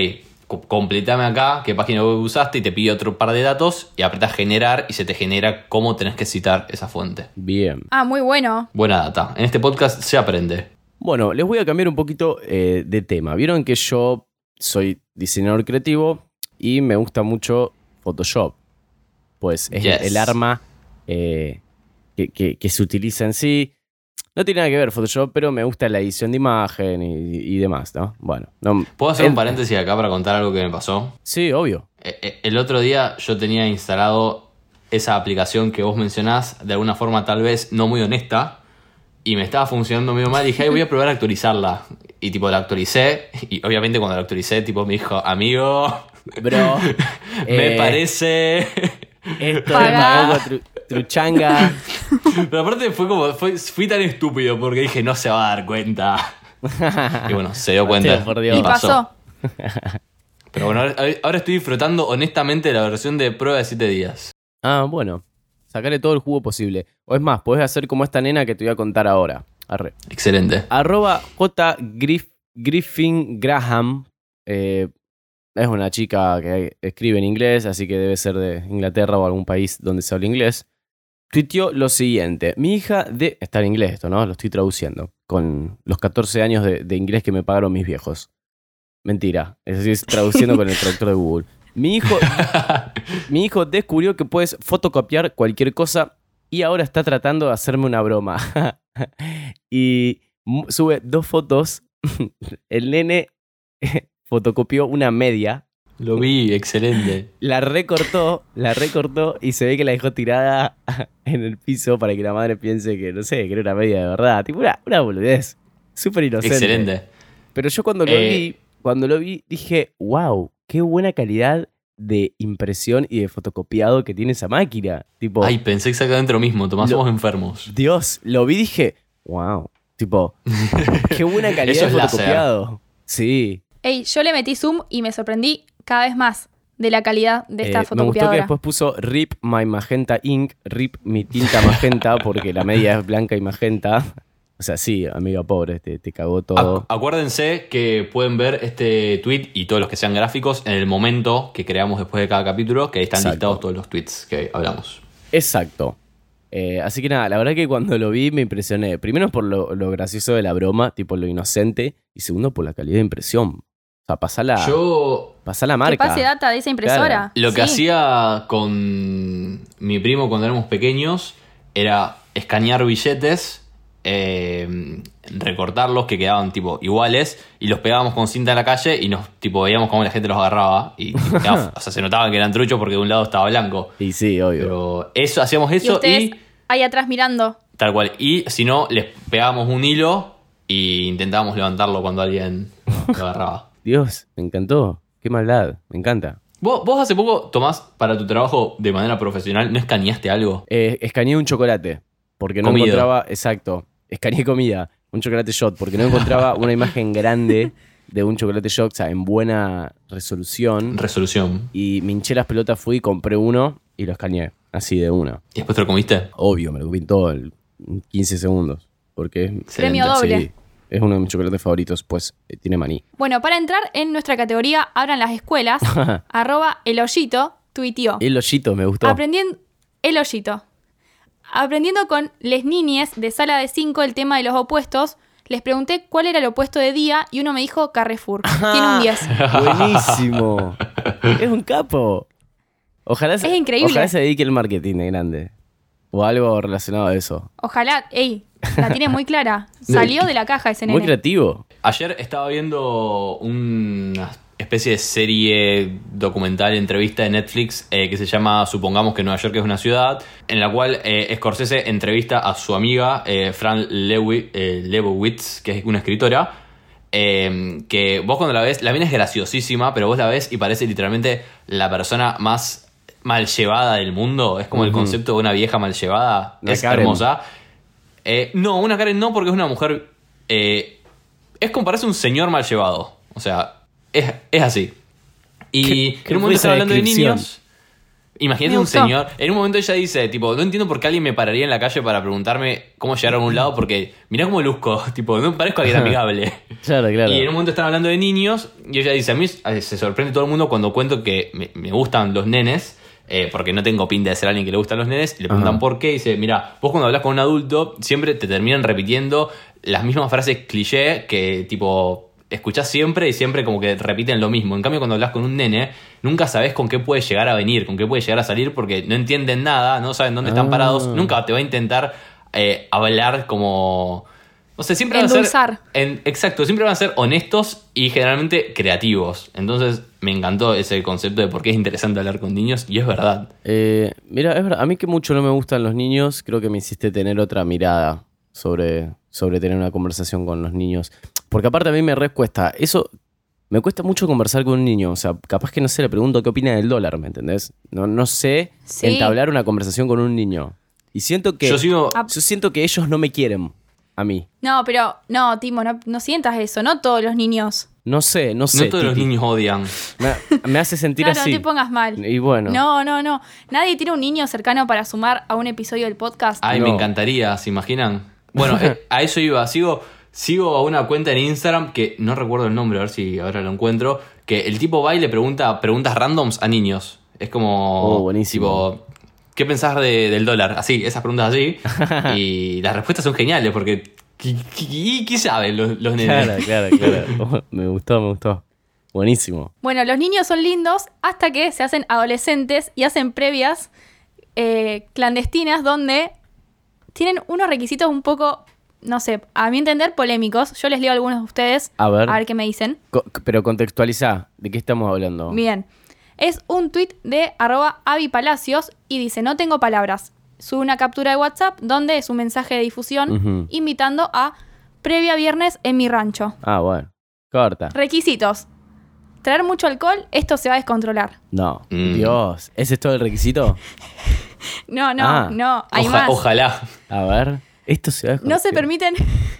S4: co- completame acá qué página web usaste y te pide otro par de datos y apretás generar y se te genera cómo tenés que citar esa fuente.
S2: Bien.
S3: Ah, muy bueno.
S4: Buena data. En este podcast se aprende.
S2: Bueno, les voy a cambiar un poquito eh, de tema. Vieron que yo soy diseñador creativo y me gusta mucho Photoshop. Pues es
S4: Yes.
S2: el arma eh, que, que- que se utiliza en sí. No tiene nada que ver Photoshop, pero me gusta la edición de imagen y, y demás, ¿no? Bueno, no-
S4: ¿Puedo hacer un
S2: el-
S4: paréntesis acá para contar algo que me pasó?
S2: Sí, obvio.
S4: Eh, eh, El otro día yo tenía instalado esa aplicación que vos mencionás, de alguna forma tal vez no muy honesta, y me estaba funcionando medio mal. Y dije, "Ay, voy a probar a actualizarla. Y tipo, la actualicé, y obviamente cuando la actualicé, tipo, me dijo, amigo, *laughs*
S2: Bro,
S4: me
S2: eh,
S4: parece. *laughs*
S2: Esto
S3: Pagá.
S2: es Magogo tru- truchanga.
S4: Pero aparte fue como, fue- fui tan estúpido porque dije, no se va a dar cuenta.
S2: *laughs*
S4: Y bueno, se dio cuenta.
S2: Mateo, por Dios.
S3: y pasó.
S4: Pero bueno, ahora, ahora estoy disfrutando honestamente de la versión de prueba de 7 días.
S2: Ah, bueno. Sacarle todo el jugo posible. O es más, podés hacer como esta nena que te voy a contar ahora. Arre.
S4: Excelente. *laughs*
S2: Arroba J. Griff- Griffin Graham. eh, es una chica que escribe en inglés, así que debe ser de Inglaterra o algún país donde se habla inglés. Tuiteó lo siguiente. Mi hija de... Está en inglés esto, ¿no? Lo estoy traduciendo. Con los 14 años de, de inglés que me pagaron mis viejos. Mentira. Es decir, traduciendo con el traductor de Google. Mi hijo mi hijo descubrió que puedes fotocopiar cualquier cosa y ahora está tratando de hacerme una broma. *laughs* y mu- sube dos fotos. *laughs* El nene *laughs* fotocopió una media,
S4: Lo vi, excelente.
S2: la recortó, la recortó y se ve que la dejó tirada *laughs* en el piso para que la madre piense que, no sé, que era una media de verdad. Tipo, una, una boludez. Súper inocente.
S4: Excelente.
S2: Pero yo cuando lo
S4: Eh,
S2: vi, cuando lo vi, dije, wow, qué buena calidad de impresión y de fotocopiado que tiene esa máquina. Tipo,
S4: Ay, pensé exactamente lo mismo, Tomás,
S2: Lo-
S4: somos enfermos.
S2: Dios, lo vi y dije, wow.
S4: *laughs*
S2: Tipo, qué buena calidad
S4: Eso
S2: de
S4: es láser.
S2: fotocopiado. Sí.
S3: Ey, yo le metí zoom y me sorprendí cada vez más de la calidad
S2: Eh, me
S3: de esta
S2: gustó que
S3: fotocopiadora.
S2: después puso RIP my magenta ink, RIP mi tinta magenta, porque la media es blanca y magenta. O sea, sí, amiga pobre, te, te cagó todo.
S4: Ac- acuérdense que pueden ver este tweet y todos los que sean gráficos en el momento que creamos después de cada capítulo, que ahí están
S2: Exacto.
S4: listados todos los tweets que hablamos.
S2: Exacto. Eh, así que nada, la verdad que cuando lo vi me impresioné. Primero por lo, lo gracioso de la broma, tipo lo inocente. Y segundo por la calidad de impresión. O sea, pasá la,
S4: Yo
S2: pasá la
S3: Que
S2: marca.
S3: pase data de esa impresora.
S2: Claro.
S4: Lo que
S3: Sí.
S4: hacía con mi primo cuando éramos pequeños era escanear billetes, eh, recortarlos que quedaban tipo iguales y los pegábamos con cinta en la calle y nos tipo veíamos cómo la gente los agarraba y *laughs* tipo, quedaba- o sea, se notaban que eran truchos porque de un lado estaba blanco.
S2: Y sí, obvio.
S4: Pero eso hacíamos
S3: Y
S4: eso
S3: ustedes
S4: y,
S3: ahí atrás mirando.
S4: tal cual y si no les pegábamos un hilo y intentábamos levantarlo cuando alguien lo
S3: *laughs*
S4: agarraba.
S2: Dios, me encantó. Qué maldad, me encanta.
S4: ¿Vos, vos hace poco, Tomás, para tu trabajo de manera profesional, ¿no escaneaste algo?
S2: Eh, escaneé un chocolate. Porque no
S4: Comida.
S2: encontraba. Exacto. Escaneé comida. Un chocolate shot. Porque no encontraba una imagen grande de un chocolate shot. O sea, en buena
S4: *laughs*
S2: resolución.
S4: Resolución.
S2: Y me hinché las pelotas, fui, compré uno y lo escaneé. Así de una.
S4: ¿Y después te lo comiste?
S2: Obvio, me lo comí todo en 15 segundos. Porque es,
S4: Excelente.
S3: Premio doble.
S2: sí, es uno de mis chocolates favoritos, pues eh, tiene maní.
S3: *laughs* Bueno, para entrar en nuestra categoría, abran las escuelas. arroba el hoyito, tuiteó.
S2: El hoyito me gustó.
S3: Aprendiendo el hoyito. Aprendiendo con les niñes de sala de 5 el tema de los opuestos, les pregunté cuál era el opuesto de día y uno me dijo
S2: *laughs*
S3: Carrefour. Tiene un 10.
S2: *laughs* Buenísimo. es un capo. Ojalá se,
S3: Es increíble.
S2: Ojalá se dedique el marketing de grande. O algo relacionado a eso.
S3: Ojalá, ey, la tiene
S2: *laughs*
S3: muy clara. Salió de la caja ese
S2: Muy
S3: nene.
S2: creativo.
S4: Ayer estaba viendo una especie de serie documental, entrevista de Netflix eh, que se llama Supongamos que Nueva York es una ciudad, en la cual eh, Scorsese entrevista a su amiga eh, Fran Lewi- eh, Lebowitz, que es una escritora, eh, que vos cuando la ves, la mina es graciosísima, pero vos la ves y parece literalmente la persona más mal llevada del mundo. Es como el
S2: Ujú.
S4: concepto de una vieja mal llevada.
S2: Una
S4: es
S2: Karen.
S4: hermosa. Eh, no, una Karen no, porque es una mujer. eh, es como parece un señor mal llevado. O sea, es, es así. Y
S2: Qué- qué
S4: en un
S2: esa
S4: momento estaba hablando de
S2: descripción.
S4: niños. Imagínate
S3: Me
S4: un
S3: gustó.
S4: señor. En un momento ella dice, tipo, no entiendo por qué alguien me pararía en la calle para preguntarme cómo llegar a algún lado, porque mirá cómo luzco, *laughs* tipo, no
S2: *laughs*
S4: parezco alguien amigable.
S2: Claro, claro.
S4: Y en un momento están hablando de niños y ella dice, a mí se sorprende todo el mundo cuando cuento que me, me gustan los nenes, eh, porque no tengo pinta de ser alguien que le gustan los nenes, y le preguntan
S2: Ajá.
S4: por qué, y dice, mira, vos cuando hablas con un adulto siempre te terminan repitiendo las mismas frases cliché que tipo escuchás siempre y siempre como que repiten lo mismo. En cambio cuando hablas con un nene, nunca sabes con qué puede llegar a venir, con qué puede llegar a salir, porque no entienden nada, no saben dónde están
S2: Ah.
S4: parados, nunca te va a intentar eh, hablar como... No sé, siempre va a ser...
S3: Endulzar.
S4: En- exacto, siempre van a ser honestos y generalmente creativos. Entonces me encantó ese concepto de por qué es interesante hablar con niños y es verdad.
S2: Eh, mira, es verdad, a mí que mucho no me gustan los niños, creo que me hiciste tener otra mirada sobre, sobre tener una conversación con los niños. Porque aparte a mí me re cuesta, eso, me cuesta mucho conversar con un niño, o sea, capaz que no sé, le pregunto qué opina del dólar, ¿me entendés? No, no sé
S3: Sí.
S2: entablar una conversación con un niño. Y siento que,
S4: Yo sigo...
S3: Ah.
S2: yo siento que ellos no me quieren, a mí.
S3: No, pero no, Timo, no, no sientas eso, no todos los niños.
S2: No sé, no
S4: No
S2: sé.
S4: todos los
S2: Titi.
S4: niños odian.
S2: Me, me hace sentir
S3: Claro,
S2: así.
S3: no te pongas mal.
S2: Y bueno.
S3: No, no, no. Nadie tiene un niño cercano para sumar a un episodio del podcast.
S4: Ay,
S2: No.
S4: me encantaría, ¿se imaginan? Bueno,
S2: *laughs*
S4: eh, a eso iba. Sigo, sigo a una cuenta en Instagram que no recuerdo el nombre, a ver si ahora lo encuentro. Que el tipo va y le pregunta preguntas randoms a niños. Es como.
S2: Oh, buenísimo.
S4: tipo, ¿Qué pensás de- del dólar? Así, esas preguntas
S2: *laughs*
S4: así. y las respuestas son geniales porque. ¿Qué, qué- qué saben los, los nenes?
S2: Claro, claro, claro. *laughs* me gustó, me gustó. Buenísimo.
S3: Bueno, los niños son lindos hasta que se hacen adolescentes y hacen previas eh, clandestinas donde tienen unos requisitos un poco, no sé, a mi entender, polémicos. Yo les leo algunos de ustedes.
S2: A ver.
S3: A ver qué me dicen.
S2: Co- pero contextualizá, ¿de qué estamos hablando?
S3: Bien. Es un tuit de arroba Avi Palacios y dice, no tengo palabras. Sube una captura de WhatsApp donde es un mensaje de difusión
S2: Ujú.
S3: invitando a previa viernes en mi rancho.
S2: Ah, bueno. Corta.
S3: Requisitos. Traer mucho alcohol, esto se va a descontrolar.
S2: No.
S4: Mm.
S2: Dios, ¿ese es todo el requisito?
S3: No, no,
S2: Ah.
S3: no, hay
S4: Oja-
S3: más.
S4: Ojalá.
S2: A ver. Esto se va a
S3: No se
S2: desconfiar.
S3: permiten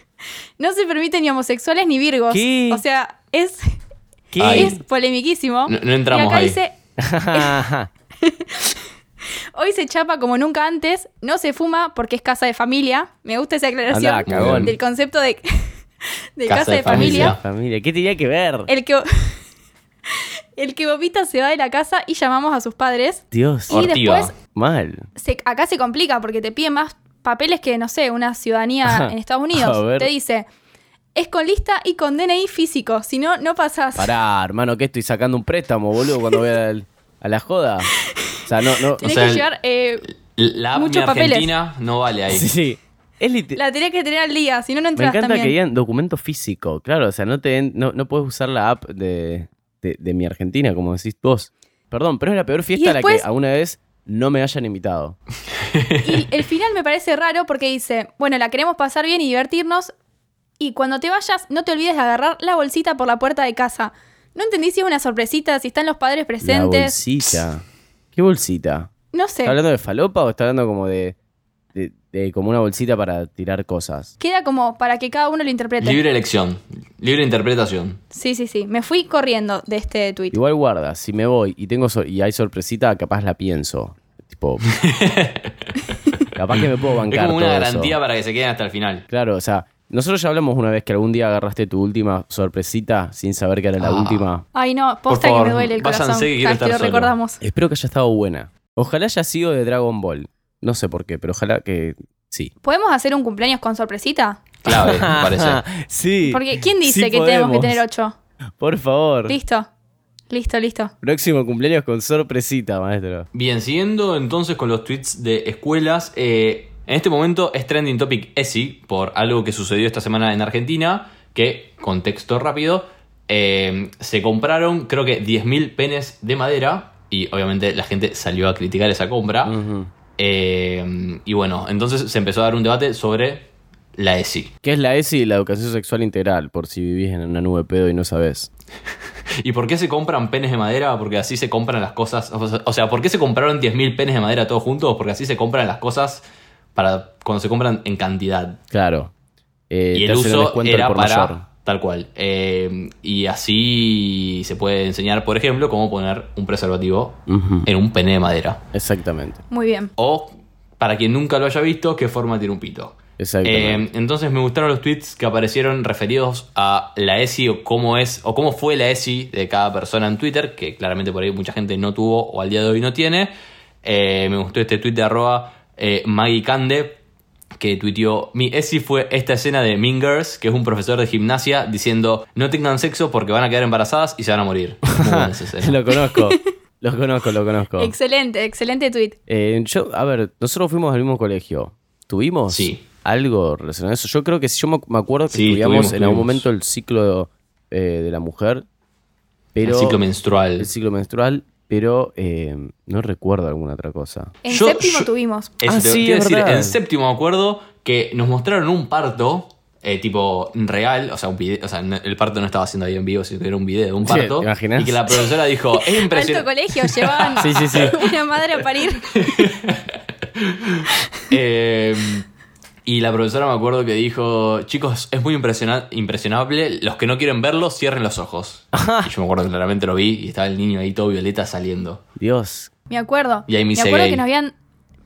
S3: *laughs* no se permiten ni homosexuales ni virgos.
S2: ¿Qué?
S3: O sea, es
S2: ¿Qué? *laughs*
S4: Ay.
S3: es polemiquísimo.
S4: No- no entramos
S3: y acá
S4: ahí.
S3: dice, hoy se chapa como nunca antes, no se fuma porque es casa de familia. Me gusta esa aclaración
S2: Andá, cagón.
S3: del concepto de, *laughs* de
S4: Casa
S3: casa,
S4: de
S3: de familia.
S4: familia.
S2: Familia, ¿qué tenía que ver?
S3: El que *laughs* el que vomita se va de la casa y llamamos a sus padres.
S2: Dios,
S3: Y
S4: Ortiva.
S3: después
S2: mal.
S3: se- acá se complica porque te piden más papeles que, no sé, una ciudadanía
S2: Ajá.
S3: en Estados
S2: A ver.
S3: Unidos. Te dice, es con lista y con DNI físico, si no, no pasás.
S2: Pará, hermano, que estoy sacando un préstamo, boludo, cuando voy al- a la joda. O sea, no, no.
S3: Tenés
S4: o sea,
S3: que llevar, eh,
S4: La app
S3: Muchos
S4: Mi
S3: papeles.
S4: Argentina no vale ahí.
S2: Sí, sí. Es literal.
S3: la tenés que tener al día, si no,
S2: Me
S3: no entras
S2: encanta
S3: también.
S2: que digan documento físico, claro, o sea, no te den- no, no puedes usar la app de, de- de mi Argentina, como decís vos. Perdón, pero es la peor fiesta a la
S3: después-
S2: que alguna vez no me hayan invitado. *laughs*
S3: Y el final me parece raro porque dice, bueno, la queremos pasar bien y divertirnos. Y cuando te vayas, no te olvides de agarrar la bolsita por la puerta de casa. No entendí si es una sorpresita, si están los padres
S2: La
S3: presentes.
S2: bolsita. ¿Qué bolsita?
S3: No sé.
S2: ¿Está hablando de falopa o está hablando como de, de- de como una bolsita para tirar cosas?
S3: Queda como para que cada uno lo interprete.
S4: Libre elección. Libre interpretación.
S3: Sí, sí, sí. Me fui corriendo de este tweet.
S2: Igual guarda, si me voy y tengo sor- y hay sorpresita, capaz la pienso.
S4: *laughs*
S2: Tipo. capaz que me puedo bancar.
S4: Es como una
S2: todo eso.
S4: garantía para que se queden hasta el final.
S2: Claro, o sea, nosotros ya hablamos una vez que algún día agarraste tu última sorpresita sin saber que era la
S4: Ah.
S2: última.
S3: Ay, no, posta
S4: favor,
S3: que me duele el
S4: váyanse
S3: corazón.
S4: que quiero
S3: cada vez
S4: estar
S3: que lo
S4: solo.
S3: recordamos.
S2: Espero que haya estado buena. Ojalá haya sido de Dragon Ball. No sé por qué, pero ojalá que sí.
S3: ¿Podemos hacer un cumpleaños con sorpresita?
S4: Clave, Ah, me
S2: *laughs*
S4: parece.
S2: sí.
S3: Porque ¿quién dice
S2: sí
S3: que tenemos que
S2: podemos.
S3: tener ocho?
S2: Por favor.
S3: Listo. Listo, listo.
S2: Próximo cumpleaños con sorpresita, maestro.
S4: Bien, siguiendo entonces con los tweets de escuelas. eh, en este momento es trending topic ESI por algo que sucedió esta semana en Argentina. Que, contexto rápido, eh, se compraron creo que 10.000 penes de madera. Y obviamente la gente salió a criticar esa compra.
S2: Ujú.
S4: Eh, y bueno, entonces se empezó a dar un debate sobre la ESI.
S2: ¿Qué es la ESI? La educación sexual integral, por si vivís en una nube de pedo y no sabés.
S4: ¿Y por qué se compran penes de madera? Porque así se compran las cosas. O sea- o sea, ¿por qué se compraron 10.000 penes de madera todos juntos? Porque así se compran las cosas para cuando se compran en cantidad.
S2: Claro. Eh,
S4: y
S2: te
S4: el
S2: hacen
S4: uso
S2: descuento al
S4: era
S2: por
S4: para.
S2: mayor.
S4: Tal cual. Eh, y así se puede enseñar, por ejemplo, cómo poner un preservativo
S2: Ujú.
S4: en un pene de madera.
S2: Exactamente.
S3: Muy bien.
S4: O, para quien nunca lo haya visto, qué forma tiene un pito.
S2: Exactamente.
S4: Eh, entonces me gustaron los tweets que aparecieron referidos a la ESI o cómo es o cómo fue la ESI de cada persona en Twitter, que claramente por ahí mucha gente no tuvo o al día de hoy no tiene. Eh, me gustó este tweet de arroba eh, Maggie Cande que tuiteó, mi ESI fue esta escena de Mingers, que es un profesor de gimnasia, diciendo, no tengan sexo porque van a quedar embarazadas y se van a morir. Muy buena esa escena.
S2: *laughs* lo
S4: *laughs*
S2: conozco. lo conozco, lo conozco.
S3: Excelente, excelente tweet.
S2: Eh, yo, a ver, nosotros fuimos al mismo colegio. ¿Tuvimos
S4: Sí.
S2: algo relacionado a eso? Yo creo que si yo me- me acuerdo que
S4: Sí,
S2: estudiamos
S4: tuvimos,
S2: en algún
S4: tuvimos.
S2: momento el ciclo eh, de la mujer,
S4: El
S2: pero
S4: ciclo menstrual.
S2: el ciclo menstrual, pero eh, no recuerdo alguna otra cosa.
S3: En
S4: Yo-
S3: séptimo
S4: yo-
S3: tuvimos.
S4: Eso
S2: Ah,
S4: te-
S2: sí,
S4: te iba a
S2: es
S4: decir,
S2: verdad.
S4: en séptimo me acuerdo que nos mostraron un parto, eh, tipo real, o sea, un video, o sea, no- el parto no estaba haciendo ahí en vivo, sino que era un video de un
S2: Sí,
S4: parto.
S2: ¿te imaginas?
S4: y que la profesora dijo, es
S3: Alto
S4: impresionante. *laughs*
S3: colegio, llevaban
S2: Sí, sí, sí.
S3: *laughs* una madre a parir.
S4: Eh, y la profesora me acuerdo que dijo, chicos, es muy impresiona- impresionable, los que no quieren verlo, cierren los ojos. Y yo me acuerdo que claramente lo vi y estaba el niño ahí todo violeta saliendo.
S2: Dios, *laughs*
S3: Me acuerdo.
S4: Y ahí me
S3: me
S4: hice
S3: acuerdo
S4: gay.
S3: que nos habían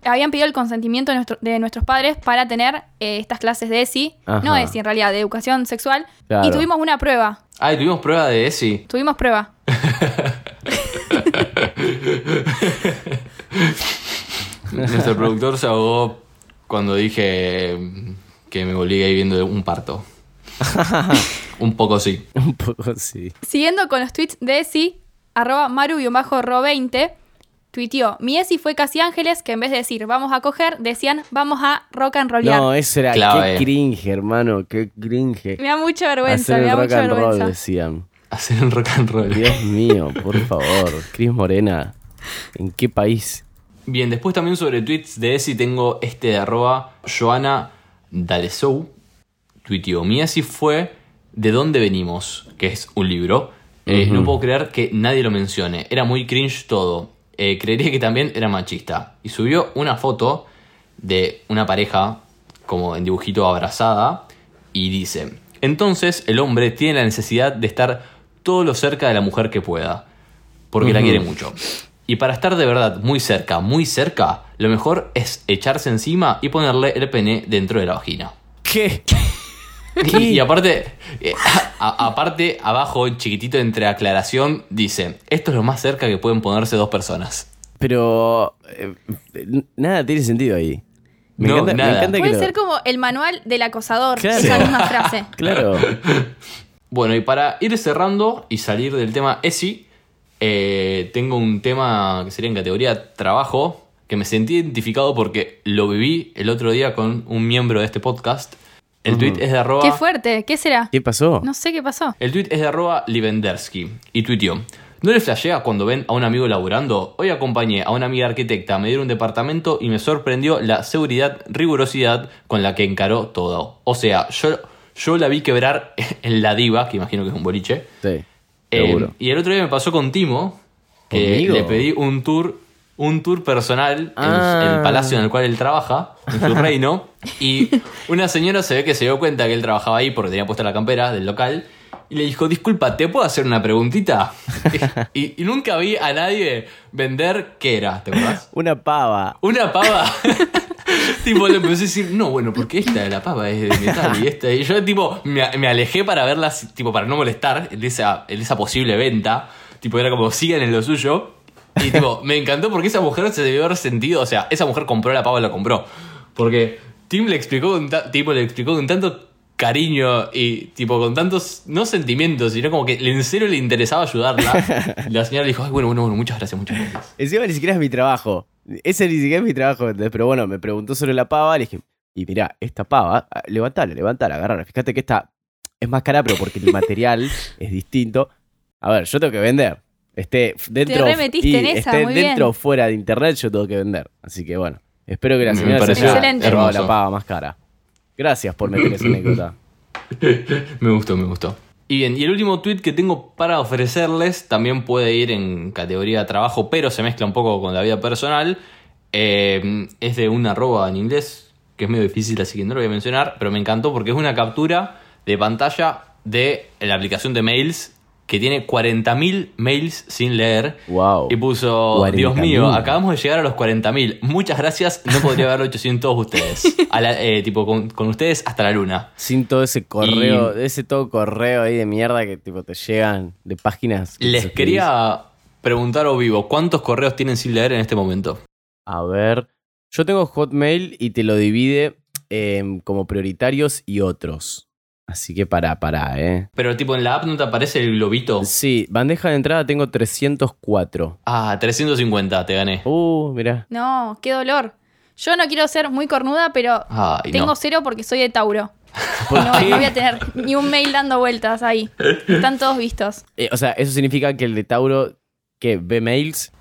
S3: habían pedido el consentimiento de, nuestro- de nuestros padres para tener eh, estas clases de ESI,
S2: Ajá.
S3: no ESI en realidad, de educación sexual.
S2: Claro.
S3: Y tuvimos una prueba,
S4: Ay, Ah, tuvimos prueba de ESI.
S3: tuvimos prueba.
S4: Nuestro productor se ahogó cuando dije mm, que me volví ahí viendo un parto. un poco sí.
S2: Un poco sí.
S3: Siguiendo con los tweets de ESI, arroba maru-ro20, tuiteó, mi ESI fue casi ángeles que en vez de decir vamos a coger, decían vamos a rock and rollear.
S2: No, eh. eso era
S4: Clave.
S2: qué cringe, hermano, qué cringe.
S3: Me da mucha vergüenza,
S2: Hacer el
S3: me da
S2: rock
S3: mucha
S2: and roll,
S3: vergüenza.
S2: decían.
S4: Hacer un rock and roll.
S2: Dios mío, por favor. Cris Morena, ¿en qué país?
S4: Bien, después también sobre tweets de ESI tengo este de arroba Joana Dalesou. Tuiteó, mi ESI fue ¿De dónde venimos? Que es un libro. Eh, No puedo creer que nadie lo mencione. Era muy cringe todo. Eh, creería que también era machista. Y subió una foto de una pareja como en dibujito abrazada y dice, entonces el hombre tiene la necesidad de estar todo lo cerca de la mujer que pueda porque la quiere mucho. Y para estar de verdad muy cerca, muy cerca, lo mejor es echarse encima y ponerle el pene dentro de la vagina.
S2: ¿Qué?
S4: Y, y aparte, eh, a- aparte, abajo, chiquitito entre aclaración, dice, esto es lo más cerca que pueden ponerse dos personas.
S2: Pero eh, eh, nada tiene sentido ahí. Me
S4: No,
S2: encanta, me
S4: nada.
S2: encanta que
S3: Puede
S2: lo-
S3: ser como el manual del acosador,
S2: Claro.
S3: esa
S2: Sí.
S3: misma
S2: *laughs*
S3: frase.
S4: *laughs*
S2: Claro.
S4: Bueno, y para ir cerrando y salir del tema ESI, eh, tengo un tema que sería en categoría trabajo, que me sentí identificado porque lo viví el otro día con un miembro de este podcast. El tweet es de arroba...
S3: Qué fuerte, ¿qué será?
S2: ¿Qué pasó?
S3: No sé qué pasó.
S4: El tweet es de arroba Livendersky y tuiteó. ¿No les flashea cuando ven a un amigo laburando? Hoy acompañé a una amiga arquitecta a medir un departamento y me sorprendió la seguridad, rigurosidad con la que encaró todo. O sea, yo, yo la vi quebrar *laughs* en la diva, que imagino que es un boliche.
S2: Sí,
S4: Eh,
S2: seguro.
S4: y el otro día me pasó con Timo, que
S2: ¿Conmigo?
S4: le pedí un tour, un tour personal en
S2: Ah.
S4: el palacio en el cual él trabaja,
S2: *laughs*
S4: en su reino. Y una señora se ve que se dio cuenta que él trabajaba ahí porque tenía puesta la campera del local. Y le dijo, disculpa, ¿te puedo hacer
S2: *laughs*
S4: una preguntita? y, y nunca vi a nadie vender qué era, ¿te acordás?
S2: Una pava.
S4: Una pava. *laughs* tipo, le empecé a decir, no, bueno, porque esta de la pava es de metal y esta. Y yo, tipo, me, me alejé para verla, tipo, para no molestar de esa, de esa posible venta. Tipo, era como, sigan en lo suyo. Y, tipo, me encantó porque esa mujer se debió haber sentido. O sea, esa mujer compró la pava y la compró. Porque Tim le explicó con, ta- tipo, le explicó con tanto cariño y tipo con tantos no sentimientos sino como que en serio le interesaba ayudarla la señora le dijo ay bueno bueno bueno muchas gracias muchas gracias
S2: Encima ni siquiera es mi trabajo. Ese ni siquiera es mi trabajo. ¿entendés? Pero bueno, me preguntó sobre la pava. Le dije, y mirá, esta pava, ah, levantala, levantala, agarrala. Fíjate que esta es más cara, pero porque el material
S3: *laughs*
S2: es distinto. A ver, yo tengo que vender. Esté f- dentro,
S3: remetiste
S2: y
S3: en esa,
S2: esté
S3: muy
S2: dentro o
S3: bien.
S2: fuera de internet, yo tengo que vender. Así que bueno, espero que la
S4: Me
S2: señora se
S4: pareció
S2: haya
S3: Excelente.
S2: robado la
S4: hermoso.
S2: pava más cara. Gracias por meter esa anécdota.
S4: *laughs* Me gustó, me gustó. Y bien, y el último tweet que tengo para ofrecerles también puede ir en categoría trabajo, pero se mezcla un poco con la vida personal. Eh, es de una arroba en inglés, que es medio difícil, así que no lo voy a mencionar, pero me encantó porque es una captura de pantalla de la aplicación de mails que tiene 40.000 mails sin leer.
S2: Wow.
S4: Y puso, Dios
S2: 40.000.
S4: mío, acabamos de llegar a los 40.000. Muchas gracias, no podría haberlo hecho sin todos ustedes. A la- eh, tipo, con- con ustedes hasta la luna.
S2: Sin todo ese correo, ese todo correo ahí de mierda que tipo te llegan de páginas. que
S4: Les
S2: suscribís.
S4: quería preguntar o vivo, ¿cuántos correos tienen sin leer en este momento?
S2: A ver. Yo tengo Hotmail y te lo divide em, como prioritarios y otros. Así que pará, pará, ¿eh?
S4: Pero tipo en la app no te aparece el globito.
S2: Sí, bandeja de entrada tengo 304.
S4: Ah, 350, te gané.
S2: Uh, mirá.
S3: No, qué dolor. Yo no quiero ser muy cornuda, pero
S4: Ay,
S3: tengo
S4: no.
S3: cero porque soy
S2: *laughs*
S3: de Tauro. No, no voy a tener ni un mail dando vueltas ahí. Están todos vistos.
S2: Eh, o sea, eso significa que el de Tauro, que ve mails.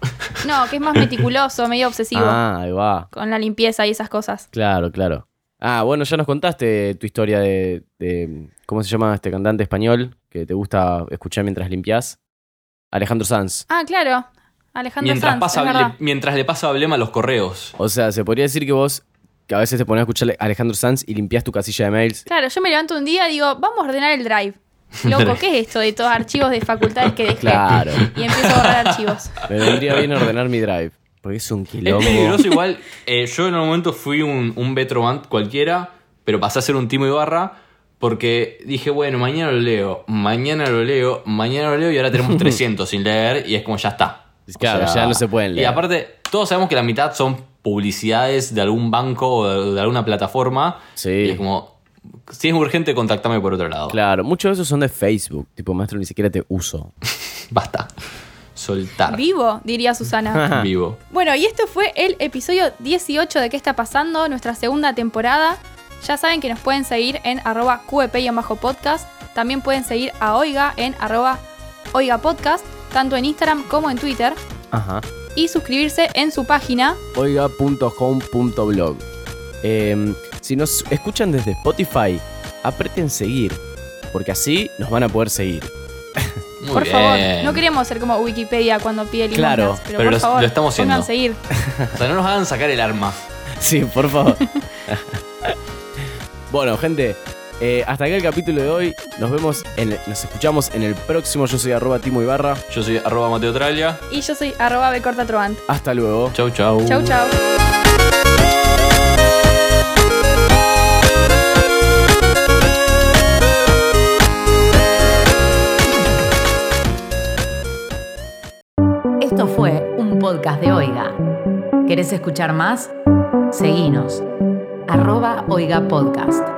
S3: No, que es más meticuloso, medio obsesivo
S2: Ah, ahí va.
S3: con la limpieza y esas cosas.
S2: Claro, claro. Ah, bueno, ya nos contaste tu historia de, de- ¿Cómo se llama este cantante español que te gusta escuchar mientras limpias? Alejandro Sanz.
S3: Ah, claro. Alejandro
S4: Mientras,
S3: Sanz,
S4: pasa,
S3: es
S4: le,
S3: verdad.
S4: mientras le pasa a Blema los correos.
S2: O sea, se podría decir que vos que a veces te pones a escuchar a Alejandro Sanz y limpias tu casilla de mails.
S3: Claro, yo me levanto un día y digo, vamos a ordenar el drive.
S4: *laughs*
S3: Loco, ¿qué es esto de todos archivos de facultades que dejé?
S2: Claro.
S3: Y empiezo a borrar archivos.
S2: Me vendría bien ordenar mi drive. Porque es un
S4: Es
S2: quilombo.
S4: peligroso igual. Eh, yo en algún momento fui un, un Betroband cualquiera, pero pasé a ser un Timo Ibarra porque dije, bueno, mañana lo leo, mañana lo leo, mañana lo leo y ahora
S2: *laughs*
S4: tenemos 300 sin leer y es como ya está.
S2: Claro, ya no se pueden leer.
S4: Y aparte, todos sabemos que la mitad son publicidades de algún banco o de, de alguna plataforma.
S2: Sí.
S4: Y es como, si es urgente, contactame por otro lado.
S2: Claro, muchos de esos son de Facebook. Tipo, maestro, ni siquiera te uso.
S4: Basta. Soltar.
S3: Vivo, diría Susana.
S4: Vivo.
S3: Bueno, y esto fue el episodio 18 de ¿Qué está pasando? Nuestra segunda temporada. Ya saben que nos pueden seguir en arroba qep-podcast. También pueden seguir a Oiga en arroba oigapodcast, tanto en Instagram como en Twitter.
S2: Ajá.
S3: Y suscribirse en su página.
S2: oiga.home.blog. Eh, si nos escuchan desde Spotify, aprieten seguir, porque así nos van a poder seguir. *laughs*
S4: Muy
S3: por favor,
S4: bien.
S3: no queremos ser como Wikipedia cuando pide limosnas,
S2: Claro,
S3: pero,
S4: pero
S3: por
S4: lo-
S3: favor,
S4: lo estamos haciendo.
S3: pongan seguir.
S4: O sea, no nos hagan sacar el arma.
S2: Sí, por favor. *laughs* bueno, gente, eh, hasta acá el capítulo de hoy. Nos vemos, en el- nos escuchamos en el próximo. Yo soy arroba Timo Ibarra.
S4: Yo soy arroba Mateo Tralia.
S3: Y yo soy arroba becortatroant.
S2: Hasta luego.
S4: Chau, chau.
S3: Chau, chau.
S1: Esto fue un podcast de Oiga. ¿Querés escuchar más? Seguinos. Arroba Oiga Podcast.